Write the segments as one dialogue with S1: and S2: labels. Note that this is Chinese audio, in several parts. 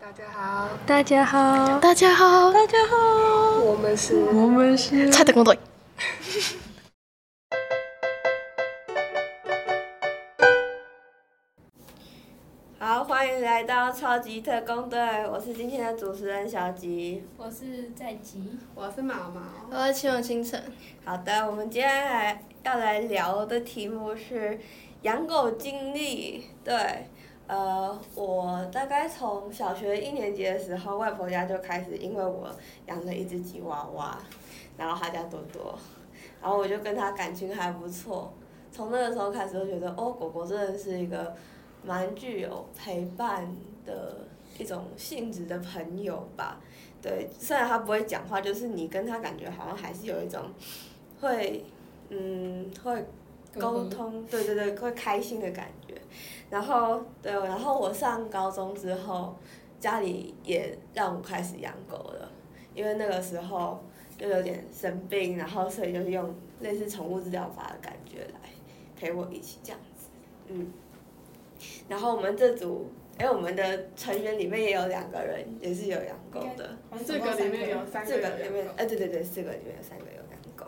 S1: 大家好，
S2: 大家好，
S3: 大家好，
S2: 大家好，
S1: 我们是
S2: 我们是
S3: 菜的工队。
S4: 好，欢迎来到超级特工队，我是今天的主持人小吉。
S5: 我是在急，
S1: 我是毛毛，
S3: 我是七龙清晨，
S4: 好的，我们今天来要来聊的题目是养狗经历。对，呃，我大概从小学一年级的时候，外婆家就开始，因为我养了一只吉娃娃，然后它叫多多，然后我就跟它感情还不错。从那个时候开始，就觉得哦，狗狗真的是一个蛮具有陪伴的一种性质的朋友吧。对，虽然它不会讲话，就是你跟它感觉好像还是有一种会，嗯，会沟通，对对对，会开心的感觉。然后对，然后我上高中之后，家里也让我开始养狗了，因为那个时候又有点生病，然后所以就是用类似宠物治疗法的感觉来陪我一起这样子，嗯。然后我们这组，哎，我们的成员里面也有两个人也是有养狗的，
S1: 这个里面有三
S4: 四
S1: 个
S4: 个里面，哎、对对对，四个里面有三个有养狗。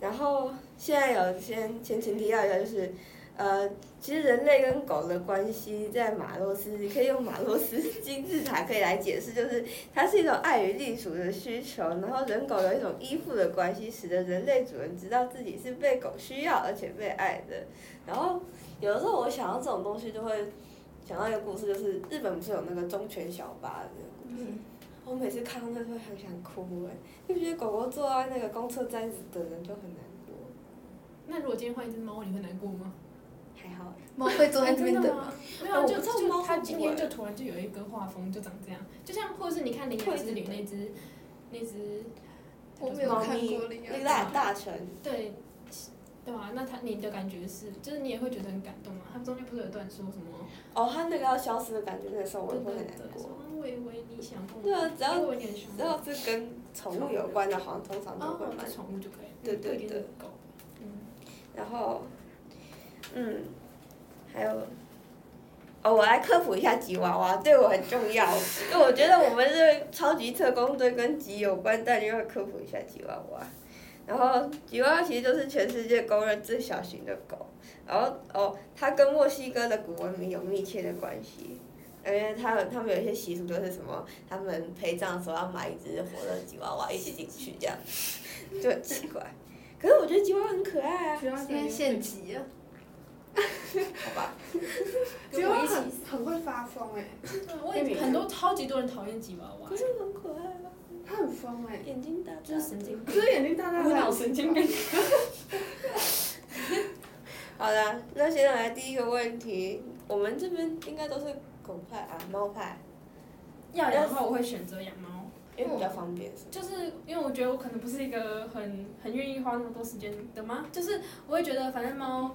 S4: 然后现在有先前前提要一下，就是，呃，其实人类跟狗的关系，在马洛斯可以用马洛斯金字塔可以来解释，就是它是一种爱与隶属的需求，然后人狗有一种依附的关系，使得人类主人知道自己是被狗需要而且被爱的。然后有的时候我想到这种东西，就会想到一个故事，就是日本不是有那个忠犬小八的那个故事。我每次看到那都会很想哭哎、就觉得狗狗坐在那个公车站子等人就很难过。
S5: 那如果今天换一只猫，你会难过吗？
S4: 还好欸，
S3: 我会
S1: 哦
S3: 坐在这边等吗？
S5: 吗？没
S4: 哦
S5: 有，
S4: 我
S5: 就
S4: 不知道猫
S5: 就
S4: 会
S5: 它
S4: 不
S5: 今
S4: 会
S5: 天就突然就有一个画风就长这样，就像或是你看《羚羊之旅》那只，那只，
S3: 我没有
S4: 猫
S3: 看
S4: 咪
S3: 过羚羊
S4: 那个大大成，
S5: 对，对吧、那它你的感觉是，就是你也会觉得很感动啊。他们中间不是有一段说什么？
S4: 哦，它那个要消失的感觉，那时候我也
S5: 对
S4: 会
S5: 对
S4: 很难
S5: 对，什
S4: 过。
S5: 么微微你想我，
S4: 对啊只要
S5: 微微你很想
S4: 只要是跟宠物有关的，好像通常都会
S5: 哦，
S4: 蛮
S5: 就。宠物就可以，
S4: 对对
S5: 不一定是
S4: 对
S5: 狗，
S4: 然后，嗯，还有，哦，我来科普一下吉娃娃，对我很重 要，因为我觉得我们这超级特工队跟吉有关，但因为科普一下吉娃娃。然后吉娃娃其实就是全世界公认最小型的狗，然后哦，它跟墨西哥的古文明有密切的关系，因为它们他们有一些习俗就是什么，他们陪葬的时候要买一只活的吉娃娃一起进去，这样就很奇怪。可是我觉得吉娃娃很可爱啊，
S1: 吉娃娃
S3: 今天现集 啊，
S4: 好吧。
S1: 吉
S5: 跟
S1: 娃
S5: 我
S1: 娃
S5: 一起
S1: 很很会发疯哎，
S5: 对，我也很多超级多人讨厌吉娃娃
S4: 可，是很可爱啊，
S1: 它很疯哎，
S4: 眼睛大大的，
S5: 就是神经病
S1: 可。是眼睛大大
S5: 无
S1: 的，
S5: 脑神经病。
S4: 好啦，那先来第一个问题，我们这边应该都是狗派啊，猫派，
S5: 要养的话，我会选择养猫，
S4: 因为比较方便，是吗？
S5: 就是因为我觉得我可能不是一个很很愿意花那么多时间的吗？就是我会觉得反正猫。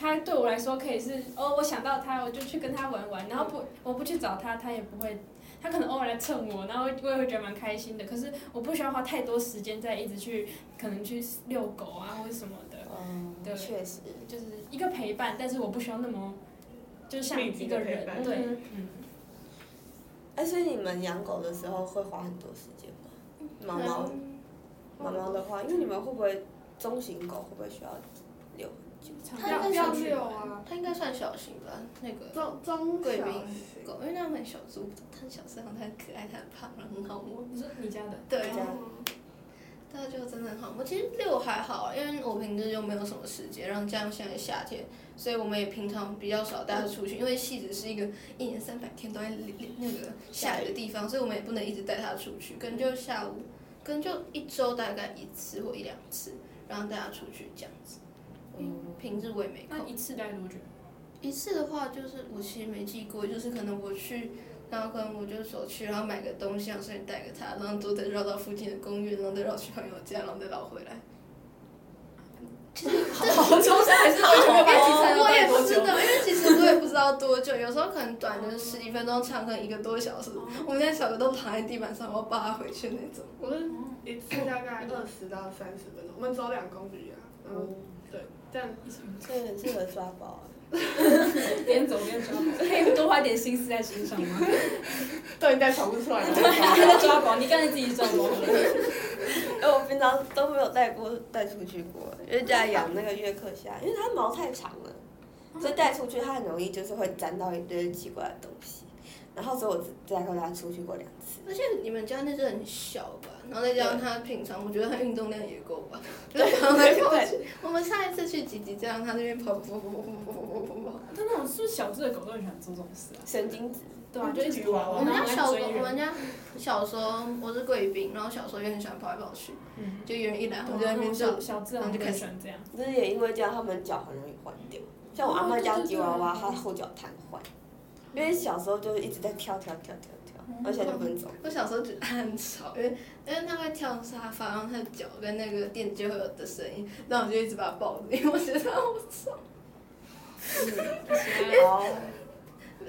S5: 它对我来说可以是哦，我想到它，我就去跟它玩玩，然后
S3: 嗯
S5: 不，我不去找它，它也不会，它可能偶尔来蹭我，然后我也会觉得蛮开心的。可是我不需要花太多时间在一直去，可能去遛狗啊或者什么的。
S4: 嗯，
S5: 对
S4: 确实。
S5: 就是一个陪伴，但是我不需要那么，就是像
S1: 密集
S5: 一
S1: 的
S5: 个
S1: 陪
S5: 人
S1: 伴
S5: 对，
S4: 嗯
S5: 嗯，
S4: 哎，所以你们养狗的时候会花很多时间吗？毛毛，毛毛的话，因为你们会不会中型狗会不会需要遛很久？
S5: 常
S3: 他
S5: 要
S3: 应该
S1: 要
S5: 要
S3: 是
S5: 去
S1: 遛啊，
S3: 它应该算小型吧？那个
S1: 中中
S3: 贵
S1: 小
S3: 宾
S1: 型
S3: 狗，因为它们很小只，我不知道它很小只，然后它很可爱，它很胖，然后很好摸。
S5: 你说你家的，
S3: 对，
S4: 家
S1: 嗯
S3: 它就真的很好摸。其实遛还好，因为我平时就没有什么时间，然后加上现在夏天，所以我们也平常比较少带它出去，因为戏子是一个一年三百天都在淋淋那个下雨的地方，所以我们也不能一直带它出去，可能就下午，可能就一周大概一次或一两次，然后带它出去这样子。
S4: 嗯，
S3: 平日我也没空
S5: 那。一次待多久？
S3: 一次的话，就是我其实没记过，就是可能我去，然后可能我就手去，然后买个东西，然后顺便带个它，然后都得绕到附近的公园，然后再绕去朋友家，然后再绕回来。
S5: 好，从小还是完全没有办法计算要
S3: 我也
S5: 待
S3: 不
S5: 多
S3: 知
S5: 久。
S3: 道，因为其实我也不知道多久，有时候可能短就是十几分钟，长可能一个多小时。我们家小的都躺在地板上，我要抱它回去那种。
S1: 我是一次大概二十到
S4: 哦
S1: 三十分钟，我们走两公里啊，嗯，对，但
S4: 所以很适合抓宝啊。
S5: 边走边抓狗，可以多花点心思在身上吗？
S1: 都已经在床不出来了。
S5: 他在抓狗，你干脆自己抓狗。
S4: 因为我平常都没有带过带出去过，因为家里养那个约克夏，因为它毛太长了，所以带出去它很容易就是会沾到一堆奇怪的东西。然后所以我只带过它出去过两次。
S3: 而且你们家那只很小吧，然后再加上它平常，我觉得它运动量也够吧，就是跑来跑去。我们上一次去吉吉家，让它那边跑跑跑跑跑跑跑跑跑。
S5: 他那种是不是小只的狗都很喜欢做这种事啊？
S4: 神经质，
S5: 对啊，就一直玩
S3: 我
S5: 玩，
S3: 们
S5: 然
S3: 家
S5: 后还
S3: 小狗，
S5: 追
S3: 我
S5: 人。
S3: 们家小时候我是贵宾，然后小时候也很喜欢跑来跑去，
S5: 嗯，
S3: 就有人一来，我
S5: 对啊
S3: 们就在那
S5: 那
S3: 边
S5: 种
S3: 叫
S5: 小。小只的
S3: 然后就
S5: 很
S3: 开始
S5: 喜欢这样。
S4: 就是也因为这样，它们脚很容易坏掉。像我阿妈家吉娃娃，它后脚瘫痪，因为小时候就是一直在跳跳跳跳跳，而且都不能走。
S3: 我小时候觉得它很吵，因为因为它会跳沙发，然后它的脚跟那个垫就会有的声音，然后我就一直把它抱着，因为我觉得它好 吵。
S4: 哦，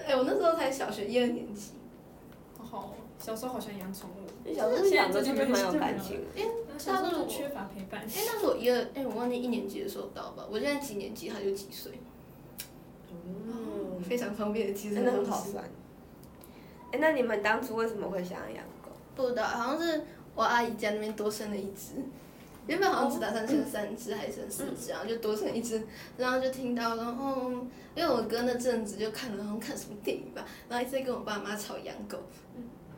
S3: 哎、我那时候才小学一二年级，
S5: 好好哦，小时候好想养宠物，
S4: 就小时候养的就蛮有感情的。
S5: 小时候就缺乏陪伴。
S3: 哎、那是我一二，哎、我忘记一年级的时候到吧，我现在几年级它就几岁，
S4: 嗯，
S3: 非常方便的计算
S4: 真的很
S3: 方
S4: 好
S3: 式。
S4: 算。哎，那你们当初为什么会想要养狗？
S3: 不的，好像是我阿姨家那边多生了一只，原本好像只打算生三只还是生四只，啊然后就多生一只，然后就听到然后哦因为我哥那阵子就看了，好像看什么电影吧，然后一直在跟我爸妈吵养狗，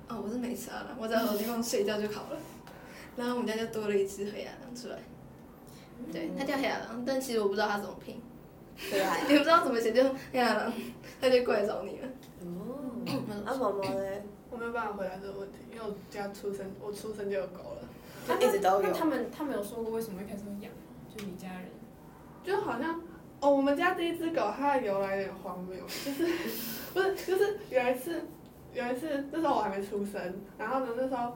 S3: 哦，我是没差了，我只要有地方睡觉就好了， 然后我们家就多了一只黑亚狼出来，对，它叫黑亚狼，但其实我不知道它怎么拼，
S4: 对啊。
S3: 也不知道怎么写，就黑亚狼， 它就过来找你了，
S4: 哦，啊，毛毛嘞，
S1: 我没有办法回答这个问题，因为我家出生，我出生就有狗了，
S4: 就一直都
S5: 那
S4: 有。
S5: 他们他们有说过为什么会开始会养吗？就你家人。
S1: 就好像哦，我们家第一只狗它的由来有点荒谬，就是不是就是有一次有一次那时候我还没出生，然后呢那时候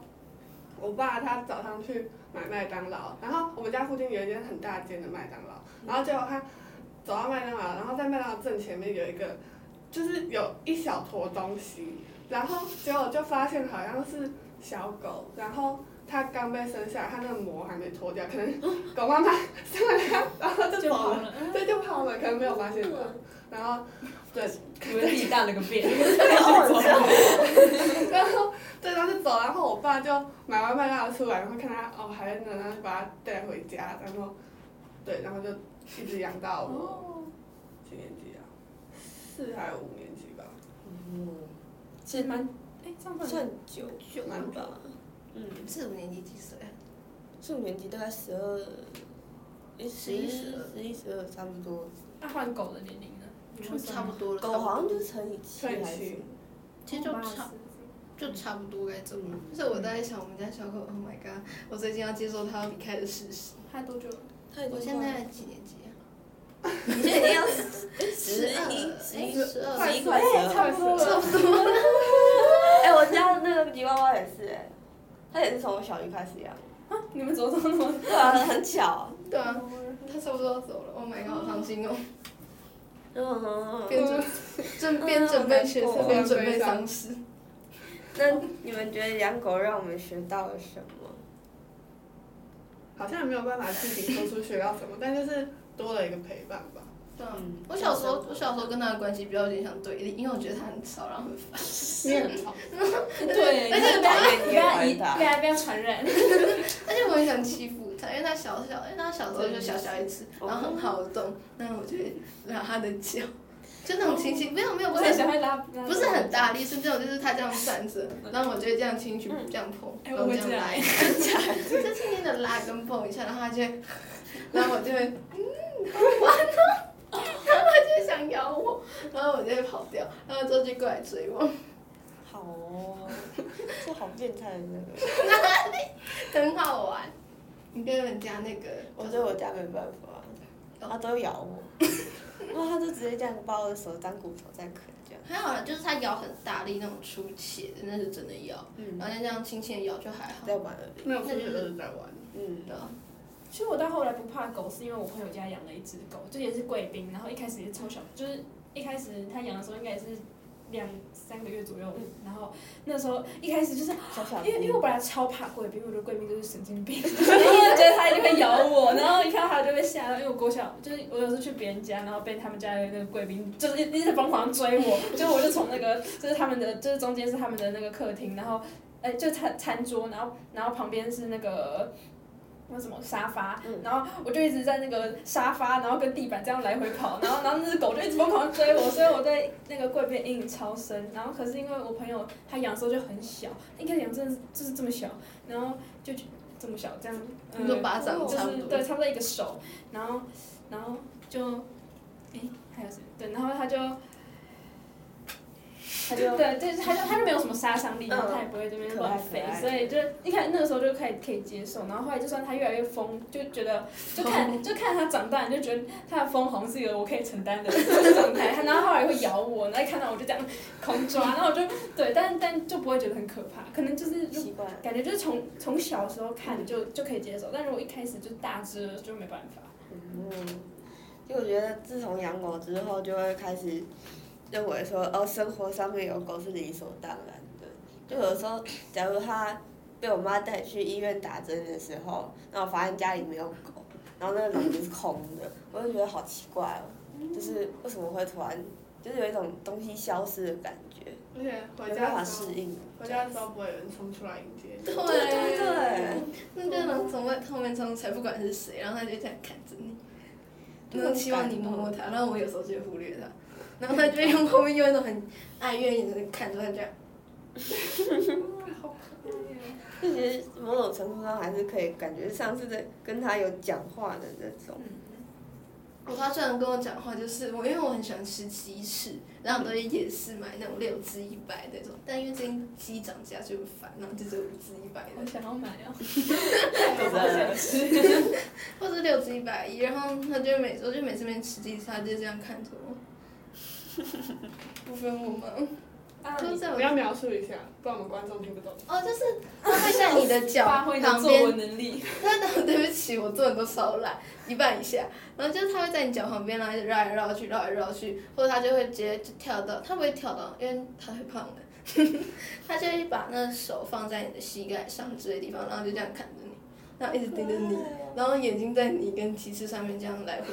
S1: 我爸他早上去买麦当劳，然后我们家附近有一间很大间的麦当劳，然后结果他走到麦当劳，然后在麦当劳正前面有一个就是有一小坨东西，然后结果就发现好像是小狗，然后。它刚被生下来，它那个膜还没脱掉，可能狗妈妈生了它，然后就
S5: 就
S1: 跑
S5: 跑
S1: 了。
S5: 了，
S1: 对，就跑了，可能没有发现吧。然后，对，
S5: 以为自己大了个便。
S4: 啊
S1: 然后对，然后就走，然后我爸就买完麦当劳出来，然后看他哦还在那，然后就把他带回家，然后，对，然后就一直养到我
S5: 哦，
S1: 几年级啊？四
S3: 啊
S1: 还是五年级吧？
S5: 其实蛮，哎，这样算
S4: 算久
S1: 蛮久
S4: 吧，嗯，
S3: 四五年级几岁啊？
S4: 四五年级大概十二，诶
S3: 11 12
S4: 十一、十二差不多。
S5: 那换狗的年龄呢？你会算
S3: 差
S5: 吗
S3: 不多了，
S4: 狗好像就是乘以七
S1: 乘以
S4: 还是
S1: 七
S4: 什么？
S3: 其实就差。就差不多该走了。就是我在想我们家小狗，Oh my god，我最近要接受它要离开的事实。
S5: 它多久了？
S4: 太多
S3: 我
S4: 了
S3: 现在几年级啊？
S4: 你现在已经 要十
S3: 12
S4: 一、十一、
S3: 哎12
S4: 十一块十二。
S1: 差不多了，
S4: 哎，我家那个吉娃娃也是，哎，它也是从我小姨开始养。
S5: 啊，你们 走走走。
S4: 对啊，很巧。
S3: 对啊，它差不多要走了。Oh my god，好伤心哦，
S4: 嗯
S3: 边准正边准备学车，边准备丧事。
S4: 那你们觉得养狗让我们学到了什么？
S1: 好像也没有办法具体说出学到什么，但就是多了一个陪伴吧。
S3: 对啊
S4: 嗯，
S3: 我小时候我小时候跟它的关系比较有点像对立，因为我觉得它很吵，然后很烦。
S1: 你很吵，
S5: 对，
S3: 而且
S5: 不要
S4: 你
S5: 不
S4: 也
S5: 要
S4: 怀疑
S5: 以
S4: 它
S5: 不要不要传 染。
S3: 而且我很想欺负它，因为它小小，因为它小时候就小小一只，然后很好动，然后我就会拉它的脚，就那种情形。没有没有，不
S5: 我
S3: 是
S5: 很想会拉，
S3: 不是很。大力，是这种，就是他这样站着，然后我就会这样轻举
S4: 嗯
S3: 这样碰，
S5: 哎
S3: 然后
S5: 我
S3: 这
S5: 会
S3: 样
S5: 这样
S3: 拉一下，就轻轻的拉跟碰一下，然后他就会，然后我就会，嗯，好玩哦，然后他就会想咬我，然后我就会跑掉，然后之后就过来追我，
S4: 好哦，这好变态的那个。
S3: 很好玩。你跟人家那个，
S4: 我对我家没办法，它都 咬我，然后它就直接这样把我的手当骨头在啃，这样。
S3: 还好啦，就是它咬很大力那种出血的，那是真的咬，
S4: 嗯，
S3: 然后就这样轻轻的咬就还好。
S4: 哦在玩而已。
S1: 没有出去就是在玩。
S4: 嗯，
S3: 对啊
S5: 其实我到后来不怕狗，是因为我朋友家养了一只狗，就也是贵宾，然后一开始也是超小，就是一开始他养的时候应该也是。两三个月左右，然后那时候一开始就是
S4: 小小
S5: 因为因为我本来超怕贵宾，因为我觉得贵宾就是神经病， 就是因为觉得它一定会咬我，然后一看到它就被吓到。因为我国小就是我有时候去别人家，然后被他们家的那个贵宾就是一直疯狂追我，就我就从那个就是他们的就是中间是他们的那个客厅，然后哎、就餐餐桌，然后然后旁边是那个。那什么沙发，
S3: 嗯
S5: 然后我就一直在那个沙发，然后跟地板这样来回跑，然后然后那只狗就一直疯狂追我，所以我对那个贵宾的阴影超深。然后可是因为我朋友他养的时候就很小，应该养真的就是这么小，然后就这么小这 样，嗯
S3: 你说巴掌
S5: 就
S3: 差不
S5: 是
S3: 多
S5: 对，差不多一个手，然后然后就，诶，还有谁？对，然后他就。他 就对，就是他就他就没有什么杀伤力，然后他也不会这边乱飞
S4: 可爱可爱，
S5: 所以就一开始那个时候就可以可以接受，然后后来就算他越来越疯，就觉得就看就看他长大，你就觉得他的疯狂是一个我可以承担的 状态，他然后后来会咬我，然后一看到我就这样狂抓，然后我就对，但但就不会觉得很可怕，可能就是
S4: 习惯，
S5: 感觉就是从从小时候看就就可以接受，但如果一开始就大只了就没办法。
S4: 嗯，就我觉得自从养狗之后，就会开始认为说，哦，生活上面有狗是理所当然的。就有时候，假如它被我妈带去医院打针的时候，然后我发现家里没有狗，然后那个笼子是空的，我就觉得好奇怪哦，就是为什么会突然，就是有一种东西消失的感觉，
S1: 而且回
S4: 没
S1: 家
S4: 办法
S1: 的时候
S4: 适，应。
S1: 回家的时候不会有人冲出来迎接你。
S4: 对对对，
S3: 那就能从外后面冲才不管是谁，然后他就这样看着你，然后希望你摸摸他，然后我有时候就会忽略他，然后他就会用后面用一种很哎哀怨眼神看着他这样，
S4: 就其实某种程度上还是可以感觉上次在跟它有讲话的那种。
S5: 嗯
S3: 我他虽然跟我讲话，就是我因为我很喜欢吃鸡翅，然后我都在夜市买那种六只一百那种，但因为最近鸡涨价就很烦，然后就只有五只一百的
S5: 我。想要买哦，
S4: 真的
S3: 或者六只一百一，然后他就每周就每次没吃鸡翅，他就这样看着我，不分我吗？
S5: 啊
S3: 就
S5: 你
S3: 这样
S1: 你要描述一下，不然我们观众听不懂。
S3: 哦，就是他会在你的 脚
S5: 发挥你的
S3: 旁
S5: 作
S3: 边，
S5: 文能力，
S3: 他的对不起，我做人都超懒，一半以下，然后就是他会在你脚旁边，然后一直绕来绕去，绕来绕去，或者他就会直接就跳到，他不会跳到，因为他会胖的， 他就会把那手放在你的膝盖上之类的地方，然后就这样看着你，然后一直盯着
S5: 哦
S3: 你，然后眼睛在你跟鸡翅上面这样来回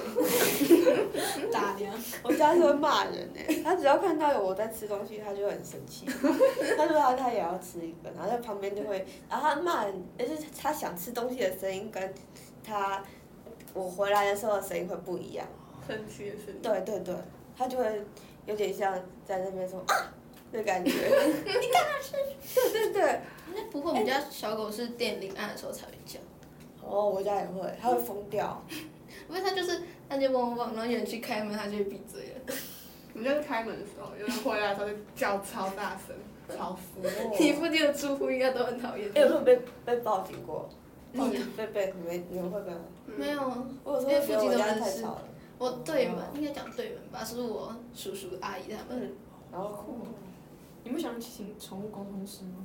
S5: 打量。
S4: 我家是会骂人哎、他只要看到有我在吃东西，他就很生 气。他说他他也要吃一个，然后在旁边就会，然后他骂人，而且他想吃东西的声音跟他我回来的时候的声音会不一样。
S1: 生气也是。
S4: 对对对，他就会有点像在那边说啊的感觉。 你干嘛吃？对对对。
S3: 那不过我们家小狗是电铃按的时候才会叫，
S4: 哦，我家也会，他会疯掉。
S3: 因为它就是它就汪汪汪，然后有人去开门，它就会闭嘴了。
S1: 我们就是开门的时候，有人回来的时候就叫超大声，超疯。
S5: 哦
S3: 你附近的住户应该都很讨厌。
S4: 哎、有没有被被报警过？
S3: 你
S4: 报警被被你们你们会被吗？
S3: 没有啊，
S4: 我有时
S3: 因
S4: 候
S3: 为
S4: 觉得
S3: 附近
S4: 我
S3: 都
S4: 家
S3: 认
S4: 太
S3: 识
S4: 吵了，
S3: 我对门应该讲对门吧，是我叔叔阿姨他们。
S4: 然后
S5: 你们想请宠物沟通师吗？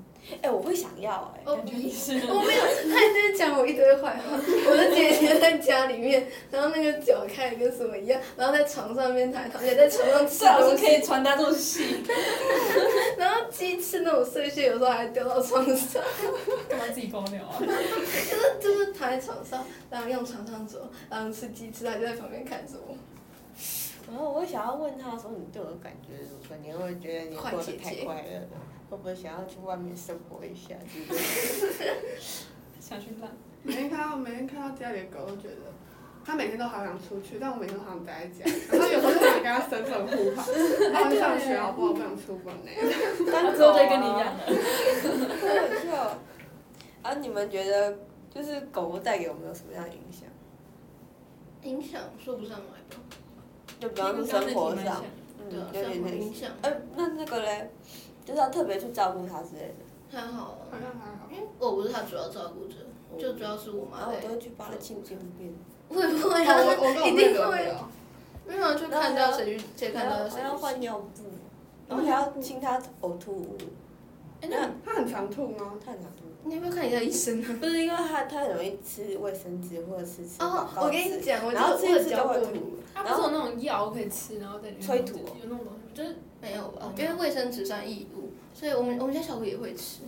S4: 哎、我会想要哎、
S3: 哦，
S5: 感觉你 是
S3: 我没有，他一直在讲我一堆坏话。 我的姐姐在家里面，然后那个脚看着跟什么一样，然后在床上面躺，躺也在床上吃
S5: 最好
S3: 东
S5: 是
S3: 西，
S5: 可以传达这么细，
S3: 然后鸡翅那种碎屑有时候还掉到床上。
S5: 干嘛自己爆料啊？
S3: 就是就是躺在床上，然后用床上桌，然后吃鸡翅，他就在旁边看着我。
S4: 然后我会想要问他说你对我的感觉如何？你会不会觉得你过得太快乐了？会不会想要去外面生活一下之类的？
S5: 想去烂。
S1: 每天看到每天看到家里的狗，都觉得它每天都好想出去，但我每天都好想待在家。然后有时候就想跟它身份互换，好想上学好不好？不想出门呢、
S5: 他之后就会跟你一样了。
S4: 好好笑。啊，你们觉得就是狗狗带给我们有什么样的影响？
S3: 影响说不上来吧，
S4: 就比方说生活
S5: 跟刚才
S4: 上
S5: 提，
S4: 嗯，
S3: 对啊，
S4: 有
S3: 生
S4: 点
S3: 活
S4: 类
S3: 影
S4: 似。
S3: 响
S4: 呃，那那个嘞，就是要特别去照顾它之类的。
S3: 还好啊，
S1: 好像还好。
S3: 因为我不是他主要照顾者，
S4: 哦
S3: 就主要是我
S4: 然
S3: 妈
S4: 后我
S3: 在
S4: 都。会去帮它清清便。
S3: 会不会
S1: 我我跟
S3: 啊？
S1: 我
S3: 一
S1: 妹
S3: 定
S1: 都没
S3: 会
S1: 有。。
S3: 没有啊就看到谁去，谁看到
S4: 还
S3: 谁
S4: 要
S3: 去。
S4: 换尿布，然后还要清它呕吐物，
S5: 哎，那
S1: 它很常吐吗？
S4: 太难了。
S3: 你要不要看一下医生啊？
S4: 不是因为它它很容易吃卫生纸或者是吃
S3: 哦
S4: 广，告
S3: 我跟你
S4: 纸，
S3: 讲，我就
S4: 然后
S3: 我
S4: 吃一
S3: 有
S4: 吃就
S3: 教
S4: 会
S3: 过你，
S4: 吐。
S5: 它不是有那种药可以吃，然后在里面
S4: 催吐哦
S5: 有那种东西，就是
S3: 没有吧？因为卫生纸算义务，所以我们我们家小狗也会吃。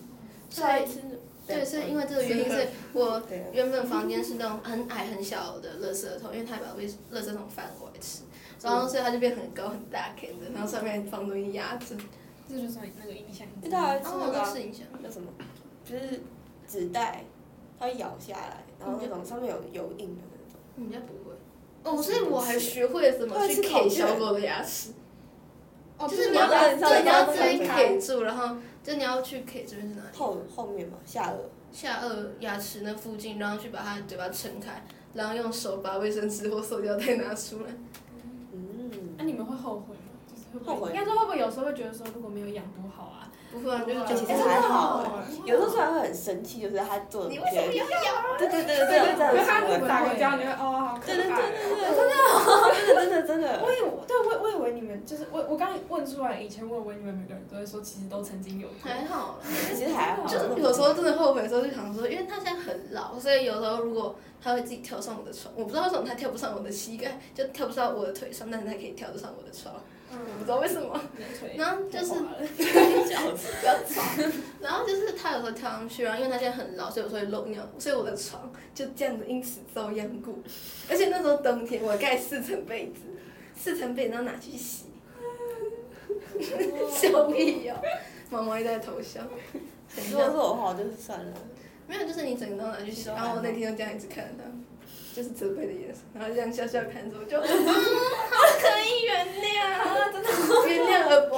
S3: 所
S4: 所以
S3: 以对，所以因为这个原因，所以我
S4: 对啊
S3: 原本房间是那种很矮很小的垃圾桶，因为他把卫垃圾桶翻过来吃，然后所以它就变很高很大坑的，然后上面放东西压着。
S5: 这就算那个影响。
S4: 因为它还会吃那
S3: 哦，
S4: 个
S3: 都
S4: 啊
S3: 是影响。
S4: 那什么，就是纸袋，它会咬下来，然后那种上面有油印的那种。
S3: 你嗯家不会。哦，所以我还学会怎么去
S4: 它会
S3: K
S4: 吃孔雀
S3: 小狗的牙齿，
S1: 哦，
S3: 就是
S1: 是
S3: 你要
S1: 把
S3: 把
S4: 对
S3: 对，你
S4: 它
S3: 要自
S4: 会
S3: 己 K 住，然后就你要去 K 这边是哪里？
S4: 后后面嘛，下颚。
S3: 下颚牙齿那附近，然后去把它的嘴巴撑开，然后用手把卫生纸或塑料袋拿出来。
S4: 嗯，
S5: 啊那、你们会后悔吗？就是会不会
S4: 后悔
S5: 应该说会不会有时候会觉得说，如果没有养多好啊？
S3: 不会啊，就是
S4: 其
S3: 觉
S4: 实
S3: 得
S4: 还好
S5: 哎
S4: 哎，有时候虽然会很生气，就是他做的
S3: 你
S4: 不
S3: 为什么
S4: 对，
S3: 要咬？
S4: 对对对对
S1: 对
S4: 对，这样
S1: 对，它如
S4: 子
S1: 果打个胶，你会哦，好可
S4: 对对对
S1: 爱。
S4: 对对，真的真的真的
S5: 我以为对我我以为你们就是我我刚问出来，以前我以为你们每个人都会说，其实都曾经有过。
S3: 还好啦，
S4: 其实还好，
S3: 就是有时候真的后悔的时候就想说，因为他现在很老，所以有时候如果他会自己跳上我的床，我不知道为什么他跳不上我的膝盖，就跳不上我的腿上，但是他可以跳得上我的床，我不
S5: 嗯，
S3: 知道为什么。
S5: 你的腿
S3: 然后就是
S5: 太滑了
S3: 不要吵。然后就是他有时候跳上去，然后因为他现在很老，所以有时候会漏尿，所以我的床就这样子因此遭殃故。而且那时候冬天，我盖四层被子，四层被子然后拿去洗， 笑哦屁呀、毛毛一直在偷笑。怎
S4: 如果是
S3: 样？
S4: 我的话，我就是算了。
S3: 没有，就是你整个都拿去洗，然后我那天就这样一直看着他，就是责备的眼神，然后这样笑笑看着我就， 嗯，好可以原
S5: 啊
S3: 谅，真的原谅了不？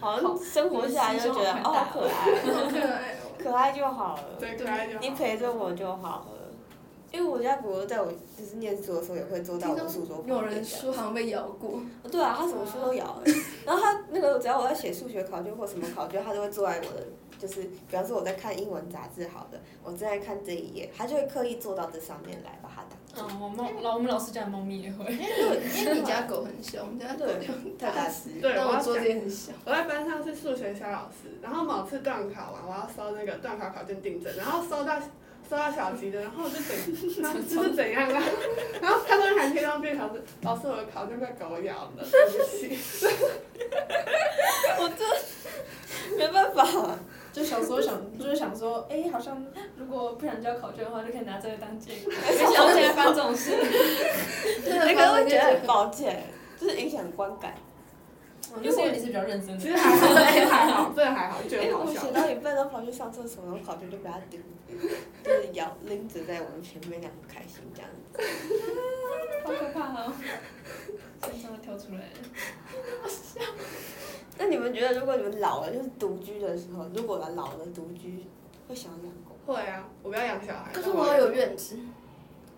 S4: 好像生活下来就觉得哦，好可爱，
S3: 好可爱哦。
S4: 可爱就好了。
S1: 对，可爱就好。
S4: 你陪着我就好了。因为我家狗狗在我就是念书的时候也会坐到我的书桌旁边
S3: 有人说好像被咬过，
S4: 哦对啊，它什么书都咬、欸。然后它那个只要我在写数学考卷或什么考卷，它都会坐在我的，就是比方说我在看英文杂志，好的，我正在看这一页，它就会刻意坐到这上面来把它挡住。
S5: 嗯，我猫老我们老师家的猫咪也会。
S3: 因为因为你家狗很小，我们家狗
S4: 对
S3: 就很
S4: 太大
S3: 大，
S4: 只。
S1: 对，
S3: 但
S1: 我
S3: 我
S1: 要
S3: 桌
S1: 讲
S3: 子也很小。
S1: 我在班上是数学小老师，然后某次段考完，我要收那个段考考卷订正，然后收到收到小吉的，然后我就 怎，然后就是怎样啦， 然后他突然喊贴上便条纸，老师我的考卷被狗咬了，对不起。
S4: 我真 没办法，
S5: 就小时候想，就是想说，哎、好像如果不想交考卷的话，就可以拿这个当借口。没 想到现在发生这种事。
S3: 啊
S4: 那个会觉得很
S3: 棒。
S4: 抱歉，就是影响观感。
S3: 哦
S5: 就是因为你是比较认真的
S1: 其。实还 好，其实还好，真的还好，觉
S4: 因为
S1: 得
S4: 哎我
S3: 哎
S1: 好笑
S4: 写。到一半，然后跑去上厕所，然后考卷就被它顶，就是 咬拎着在我们前面，然后开心这样子。
S5: 好可怕哦！心脏要跳出来了。
S4: 那你们觉得，如果你们老了，就是独居的时候，如果老了独居，会想养狗？
S1: 会啊，我不要养小孩。
S3: 可是我有院子，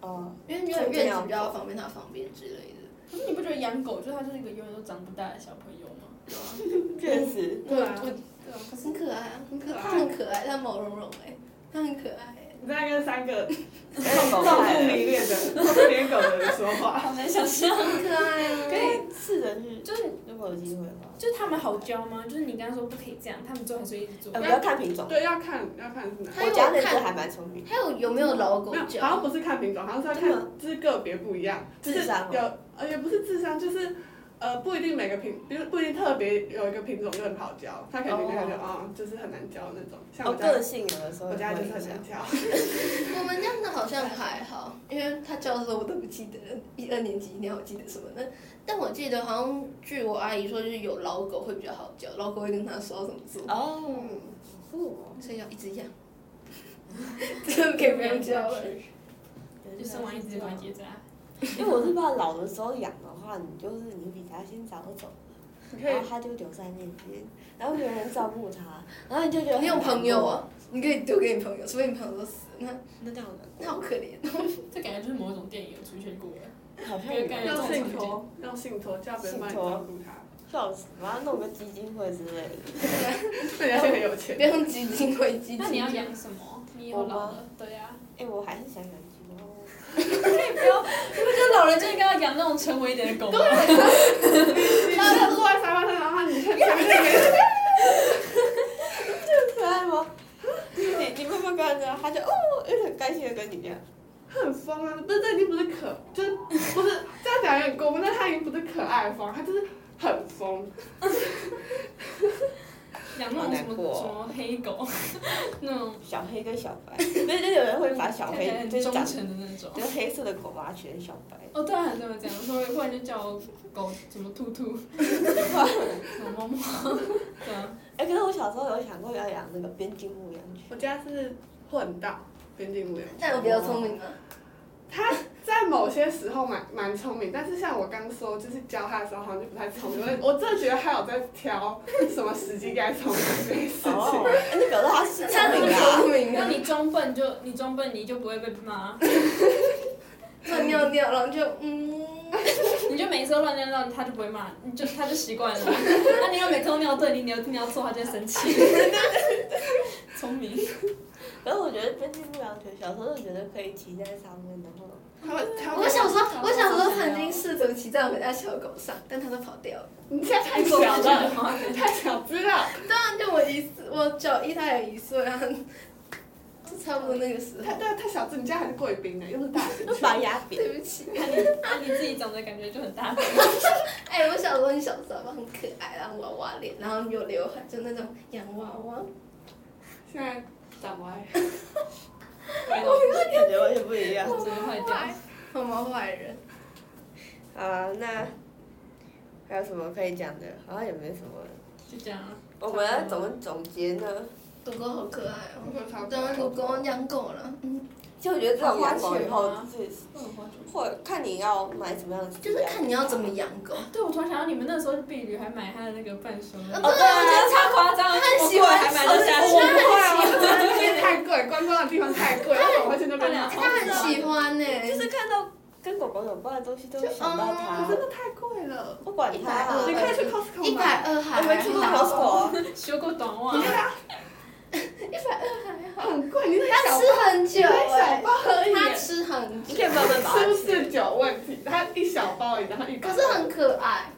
S4: 哦、
S3: 因为你有院子比较方便它方便之类的。
S5: 可是你不觉得养狗就是它就是一个永远都长不大的小朋友吗？
S4: 确实，
S1: 对啊，
S5: 啊对啊，可是
S3: 很可爱啊，很可
S1: 爱
S3: 它很可爱，它毛茸茸哎，它很可爱欸。
S1: 你在跟三个
S4: 照
S1: 重度迷恋的、重度迷恋狗的人说话。
S5: 好难想象。
S3: 很可爱啊。
S5: 可以，
S4: 试着去，
S5: 就是
S4: 如果有机会的话，
S5: 就是他们好教吗？就是你跟他说不可以这样，他们最后还是会一直做
S4: 呃，。不要看品种，
S1: 对，要看要看是哪。
S3: 它
S4: 我
S3: 有
S4: 家那只
S3: 看
S4: 还蛮聪明，
S3: 还有有没有老狗
S1: 没有，好像
S3: 叫？
S1: 不是看品种，好像是要
S4: 真的
S1: 看
S4: 吗
S1: 就是个别不一样，就
S4: 智
S1: 是
S4: 商哦
S1: 有呃也不是智商，就是呃不一定每个品，不不一定特别有一个品种就很好教，它可能就感觉啊就是很难教那种，像
S4: 哦，
S1: 我家
S4: 个性有的时候
S1: 我
S4: 也
S1: 家就
S4: 会
S1: 是很
S4: 影响
S1: 难。教，
S3: 我们家的好像还好，因为他教的时候我都不记得了，一二年级你要我记得什么呢？但我记得好像据我阿姨说，就是有老狗会比较好教，老狗会跟他说怎么做，
S4: 哦，
S3: 所以要一 直养。这个可以不用教了。
S5: 就生完一只就把它结扎。
S4: 因为我是怕老的时候养的话，你就是你比他先早走，
S1: 你可以
S4: 然后他就留在那边，然后没有人照顾他，然后你就觉得
S3: 你有
S4: 很难
S3: 朋友
S4: 过
S3: 啊？你可以丢给你朋友，除非你朋友都死了，那
S4: 那这样的
S3: 那好可怜。啊
S5: 这感觉就是某种电影有出现过的。
S4: 好像
S5: 有
S4: 有
S5: 感觉
S1: 要
S5: 这种
S1: 信托，要信托，叫别人帮你照顾它，
S4: 笑死，我要弄个基金会之类的。
S1: 那你要先很有钱
S3: 不。要用基金会基金。
S5: 那你要养什么？你有老
S4: 我
S5: 了，对呀、啊。
S4: 哎、我还是想养鸡猫。
S5: 不要，你不觉得老人就应该要养那种沉稳一点的狗吗？
S1: 你真的坐在沙发上，然后你就想那边，
S4: 可爱吗？哎 你你会不会看着它就哦，就很开心的跟你这样？
S1: 很疯啊！不是，这已经不是可，就是不是这样讲有点过分，但它已经不是可爱风，它就是很疯，
S5: 养那种什么
S4: 好难过
S5: 什么黑狗， 那种
S4: 小黑跟小 白，所以就有人会把小
S5: 看起来
S4: 黑
S5: 很
S4: 就是
S5: 忠
S4: 长
S5: 诚的那种。
S4: 就是黑色的狗把它取成小白，
S5: 哦，对啊，很多人这样说，不然就叫我狗什么兔兔，什么猫猫， 对啊，
S4: 哎、可是我小时候有想过要养那个边境牧羊犬，
S1: 我家是混到边境牧羊。
S3: 但有比较聪明吗？
S1: 他在某些时候蛮蛮聪明，但是像我刚说，就是教他的时候好像就不太聪明。 我我真的觉得他有在挑 什么时机该聪明这件 事
S4: 哦
S1: 情。，
S4: 哎那表示它是
S3: 他
S4: 聪
S3: 很
S4: 明啊。
S3: 聪明
S5: 那
S3: 啊，
S5: 你装笨就你装笨，你就不会被 骂，啊
S3: 乱尿尿，然后就嗯，
S5: 你就每次都乱尿尿，他就不会骂，你就他就习惯 了。那、你要每次都尿对，你尿尿错，他就会生气。聪明，
S4: 可是我觉得边境牧羊犬小时候就觉得可以骑在上面，能不 能？
S1: 他会他会
S3: 我小时候我小时候曾经试着骑在我们家小狗上，但它都跑掉了。
S1: 你现在太小了，
S5: 吗？
S1: 太小知道。
S3: 对啊，就我一岁，我九一，它也一岁啊，就差不多那个时
S1: 他
S3: 候。
S1: 对太小只，你家还是贵宾呢，又不是大人。
S4: 就把牙扁。
S3: 对不起，
S5: 那你那你自己长得感觉就很大方，
S3: 哎、我小时候很小时候吧，很可爱，然后娃娃脸，然后有刘海，就那种洋娃娃。
S1: 现在长 歪，
S4: 感觉完全不 一样。
S5: 真的坏掉。
S3: 妈妈坏人，
S4: 啊，那还有什么可以讲的？好像也没什么了。
S5: 就这样啊。
S4: 我们要怎么总结呢？
S3: 狗狗好可爱
S1: 我
S3: 哦、
S1: 觉得超可
S3: 等
S1: 爱
S3: 狗狗养狗了，嗯，
S4: 其实我觉得这种养狗以后
S5: 花钱吗
S4: 就是
S5: 会有花圈
S4: 或看你要买什么样的，啊
S3: 就是看你要怎么养狗。
S5: 对，我突然想到你们那时候婢女还买他的那个伴手
S3: 啊
S5: 礼，
S4: 哦对啊
S5: 我觉得超夸张，
S3: 很喜欢
S5: 我还买得下去
S4: 我。不会啊，
S1: 我真的觉得太贵，观光的地方太 贵，为什么会去那边买？
S5: 他
S3: 它很喜欢呢、
S4: 就是看到跟狗狗有关的东西都会想到它
S1: 可，真的太贵了。
S4: 不管它啊。
S1: 你可以去 Costco
S3: 一百
S1: 买。
S3: 二
S4: 我
S3: 还
S4: 没去过
S3: 好
S4: Costco，啊
S5: 修过短袜
S1: 你，看它
S3: 一百二还好，
S1: 很贵，你那
S3: 它
S1: 小
S3: 吃很久
S1: 你那
S3: 哎、
S1: 小包而已
S3: 它
S1: 耶，
S3: 吃很久
S4: 你，可以慢慢把它
S1: 是不
S4: 吃，
S1: 是酒问题？它一小包而已，然后一百
S3: 可
S1: 二
S3: 是很可爱，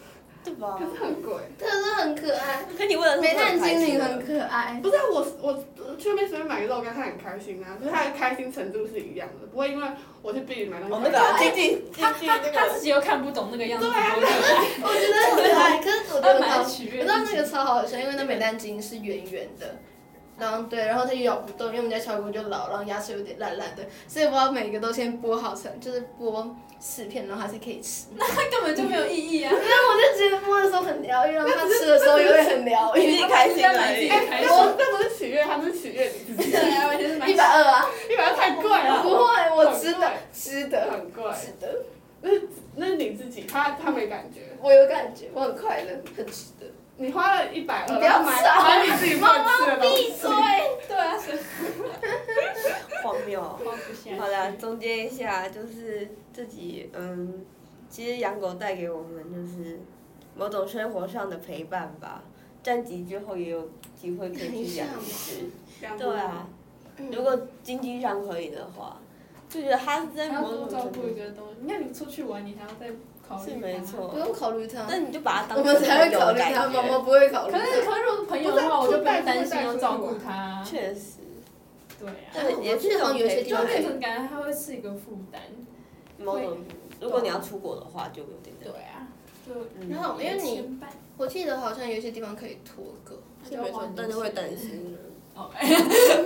S4: 对吧
S1: 可？是很贵。
S3: 可是很可爱。
S4: 可你为了
S3: 美蛋精灵很可爱，
S1: 不是啊我，我去那边随便买个肉干，他很开心啊，就是他的开心程度是一样的，不会因为我去逼你买东西。
S4: 我那个啊静静
S5: 他
S4: 静静
S5: 他
S4: 那
S5: 他
S4: 个
S5: 自己又看不懂那个样子，
S1: 对啊
S5: 我觉得
S3: 我觉得很可爱。可是我觉
S5: 他
S3: 得
S5: 买
S3: 好
S5: 来
S3: 笑，
S5: 取
S3: 我
S5: 悦自
S3: 知道那
S5: 己。
S3: 个超好笑，因为那美蛋精是圆圆的，然后对，然后它就咬不动，因为我们家小狗就老，然后牙齿有点烂烂的，所以我要每个都先剥好成，就是剥四片，然后还是可以吃。
S5: 那他根本就没有意义啊！
S3: 然后我就觉得剥的时候很疗愈，然后它吃的时候也会很疗
S4: 自
S3: 愈。
S4: 己开心而已。
S1: 哎， 那不那不是取悦他，那是取悦你自己。
S5: 对啊，我也是蛮
S3: 一百二啊，
S1: 一百太贵
S3: 不
S1: 了，
S3: 会，我值得，值得，
S1: 很贵，
S3: 值得。
S1: 那是那是你自己，他他没感觉。
S3: 我有感觉，我很快乐，很值得。
S1: 你花了一百二，
S3: 你不要
S1: 然后买
S3: 吵
S1: 买你自己不能吃的东西。
S5: 对啊，是
S4: 荒谬哦。
S5: 放不下。
S4: 好啦，总结一下，就是自己嗯，其实养狗带给我们就是某种生活上的陪伴吧。降级之后也有机会可以去养一只，对啊，
S5: 嗯
S4: 如果经济上可以的话，就觉得它是在
S5: 还要
S4: 某
S5: 多
S4: 种
S5: 照
S4: 程
S5: 顾一
S4: 度
S5: 个东西，那你出去玩，你还要再考虑。
S4: 是没。错
S3: 不，
S5: 啊
S3: 用考虑它，
S4: 但你就把它当
S3: 我们才会考虑它，
S4: 它
S3: 妈妈不会考虑
S5: 可
S3: 它。
S5: 是，可是如果朋友的话，我就不用担心要照顾他。
S4: 确实，
S5: 对啊，
S4: 对，也
S3: 我记
S4: 是
S3: 得好像有一些地
S5: 就
S3: 方
S5: 那种感觉，他会是一个负担。
S4: 某种，如果你要出国的话，就有点
S5: 对啊，就
S4: 嗯
S3: 然后因为你，
S5: 牵绊
S3: 我记得好像有些地方可以脱钩，
S5: 那
S4: 是
S5: 就
S4: 没
S5: 要花
S4: 错
S5: 很，多
S4: 但是会
S5: 钱
S4: 担心的。
S5: 哦，哎，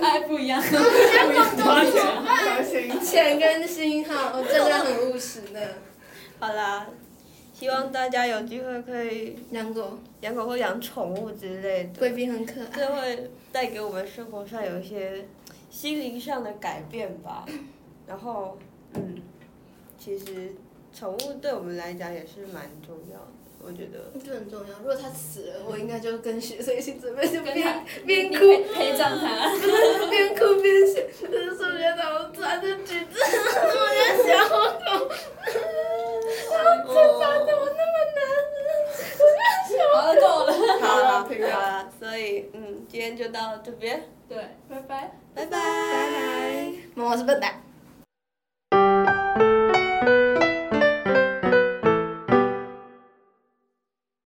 S5: 哎不一样。
S1: 多钱？心。
S3: 钱跟心哈， 我真的很务实的。
S4: 好啦，希望大家有机会可以
S3: 养狗，
S4: 养狗或养宠物之类的，
S3: 贵宾很可爱。
S4: 这会带给我们生活上有一些心灵上的改变吧。然后，嗯，其实宠物对我们来讲也是蛮重要的，我觉得。
S3: 这很重要。如果它死了，我应该就跟学生一起准备，就
S5: 跟他
S3: 边 边
S5: 你
S3: 哭哦
S5: 陪陪葬 他。
S3: 边哭边写，就是数学老师穿着橘子，我的小狗，
S4: 这
S3: 它怎么那么难？
S5: 好了，够了。
S4: 好了，
S1: 平了
S4: 好了，所以嗯，今天就到这边，
S5: 对，拜拜。
S4: 拜拜。拜拜
S3: 妈妈是笨蛋。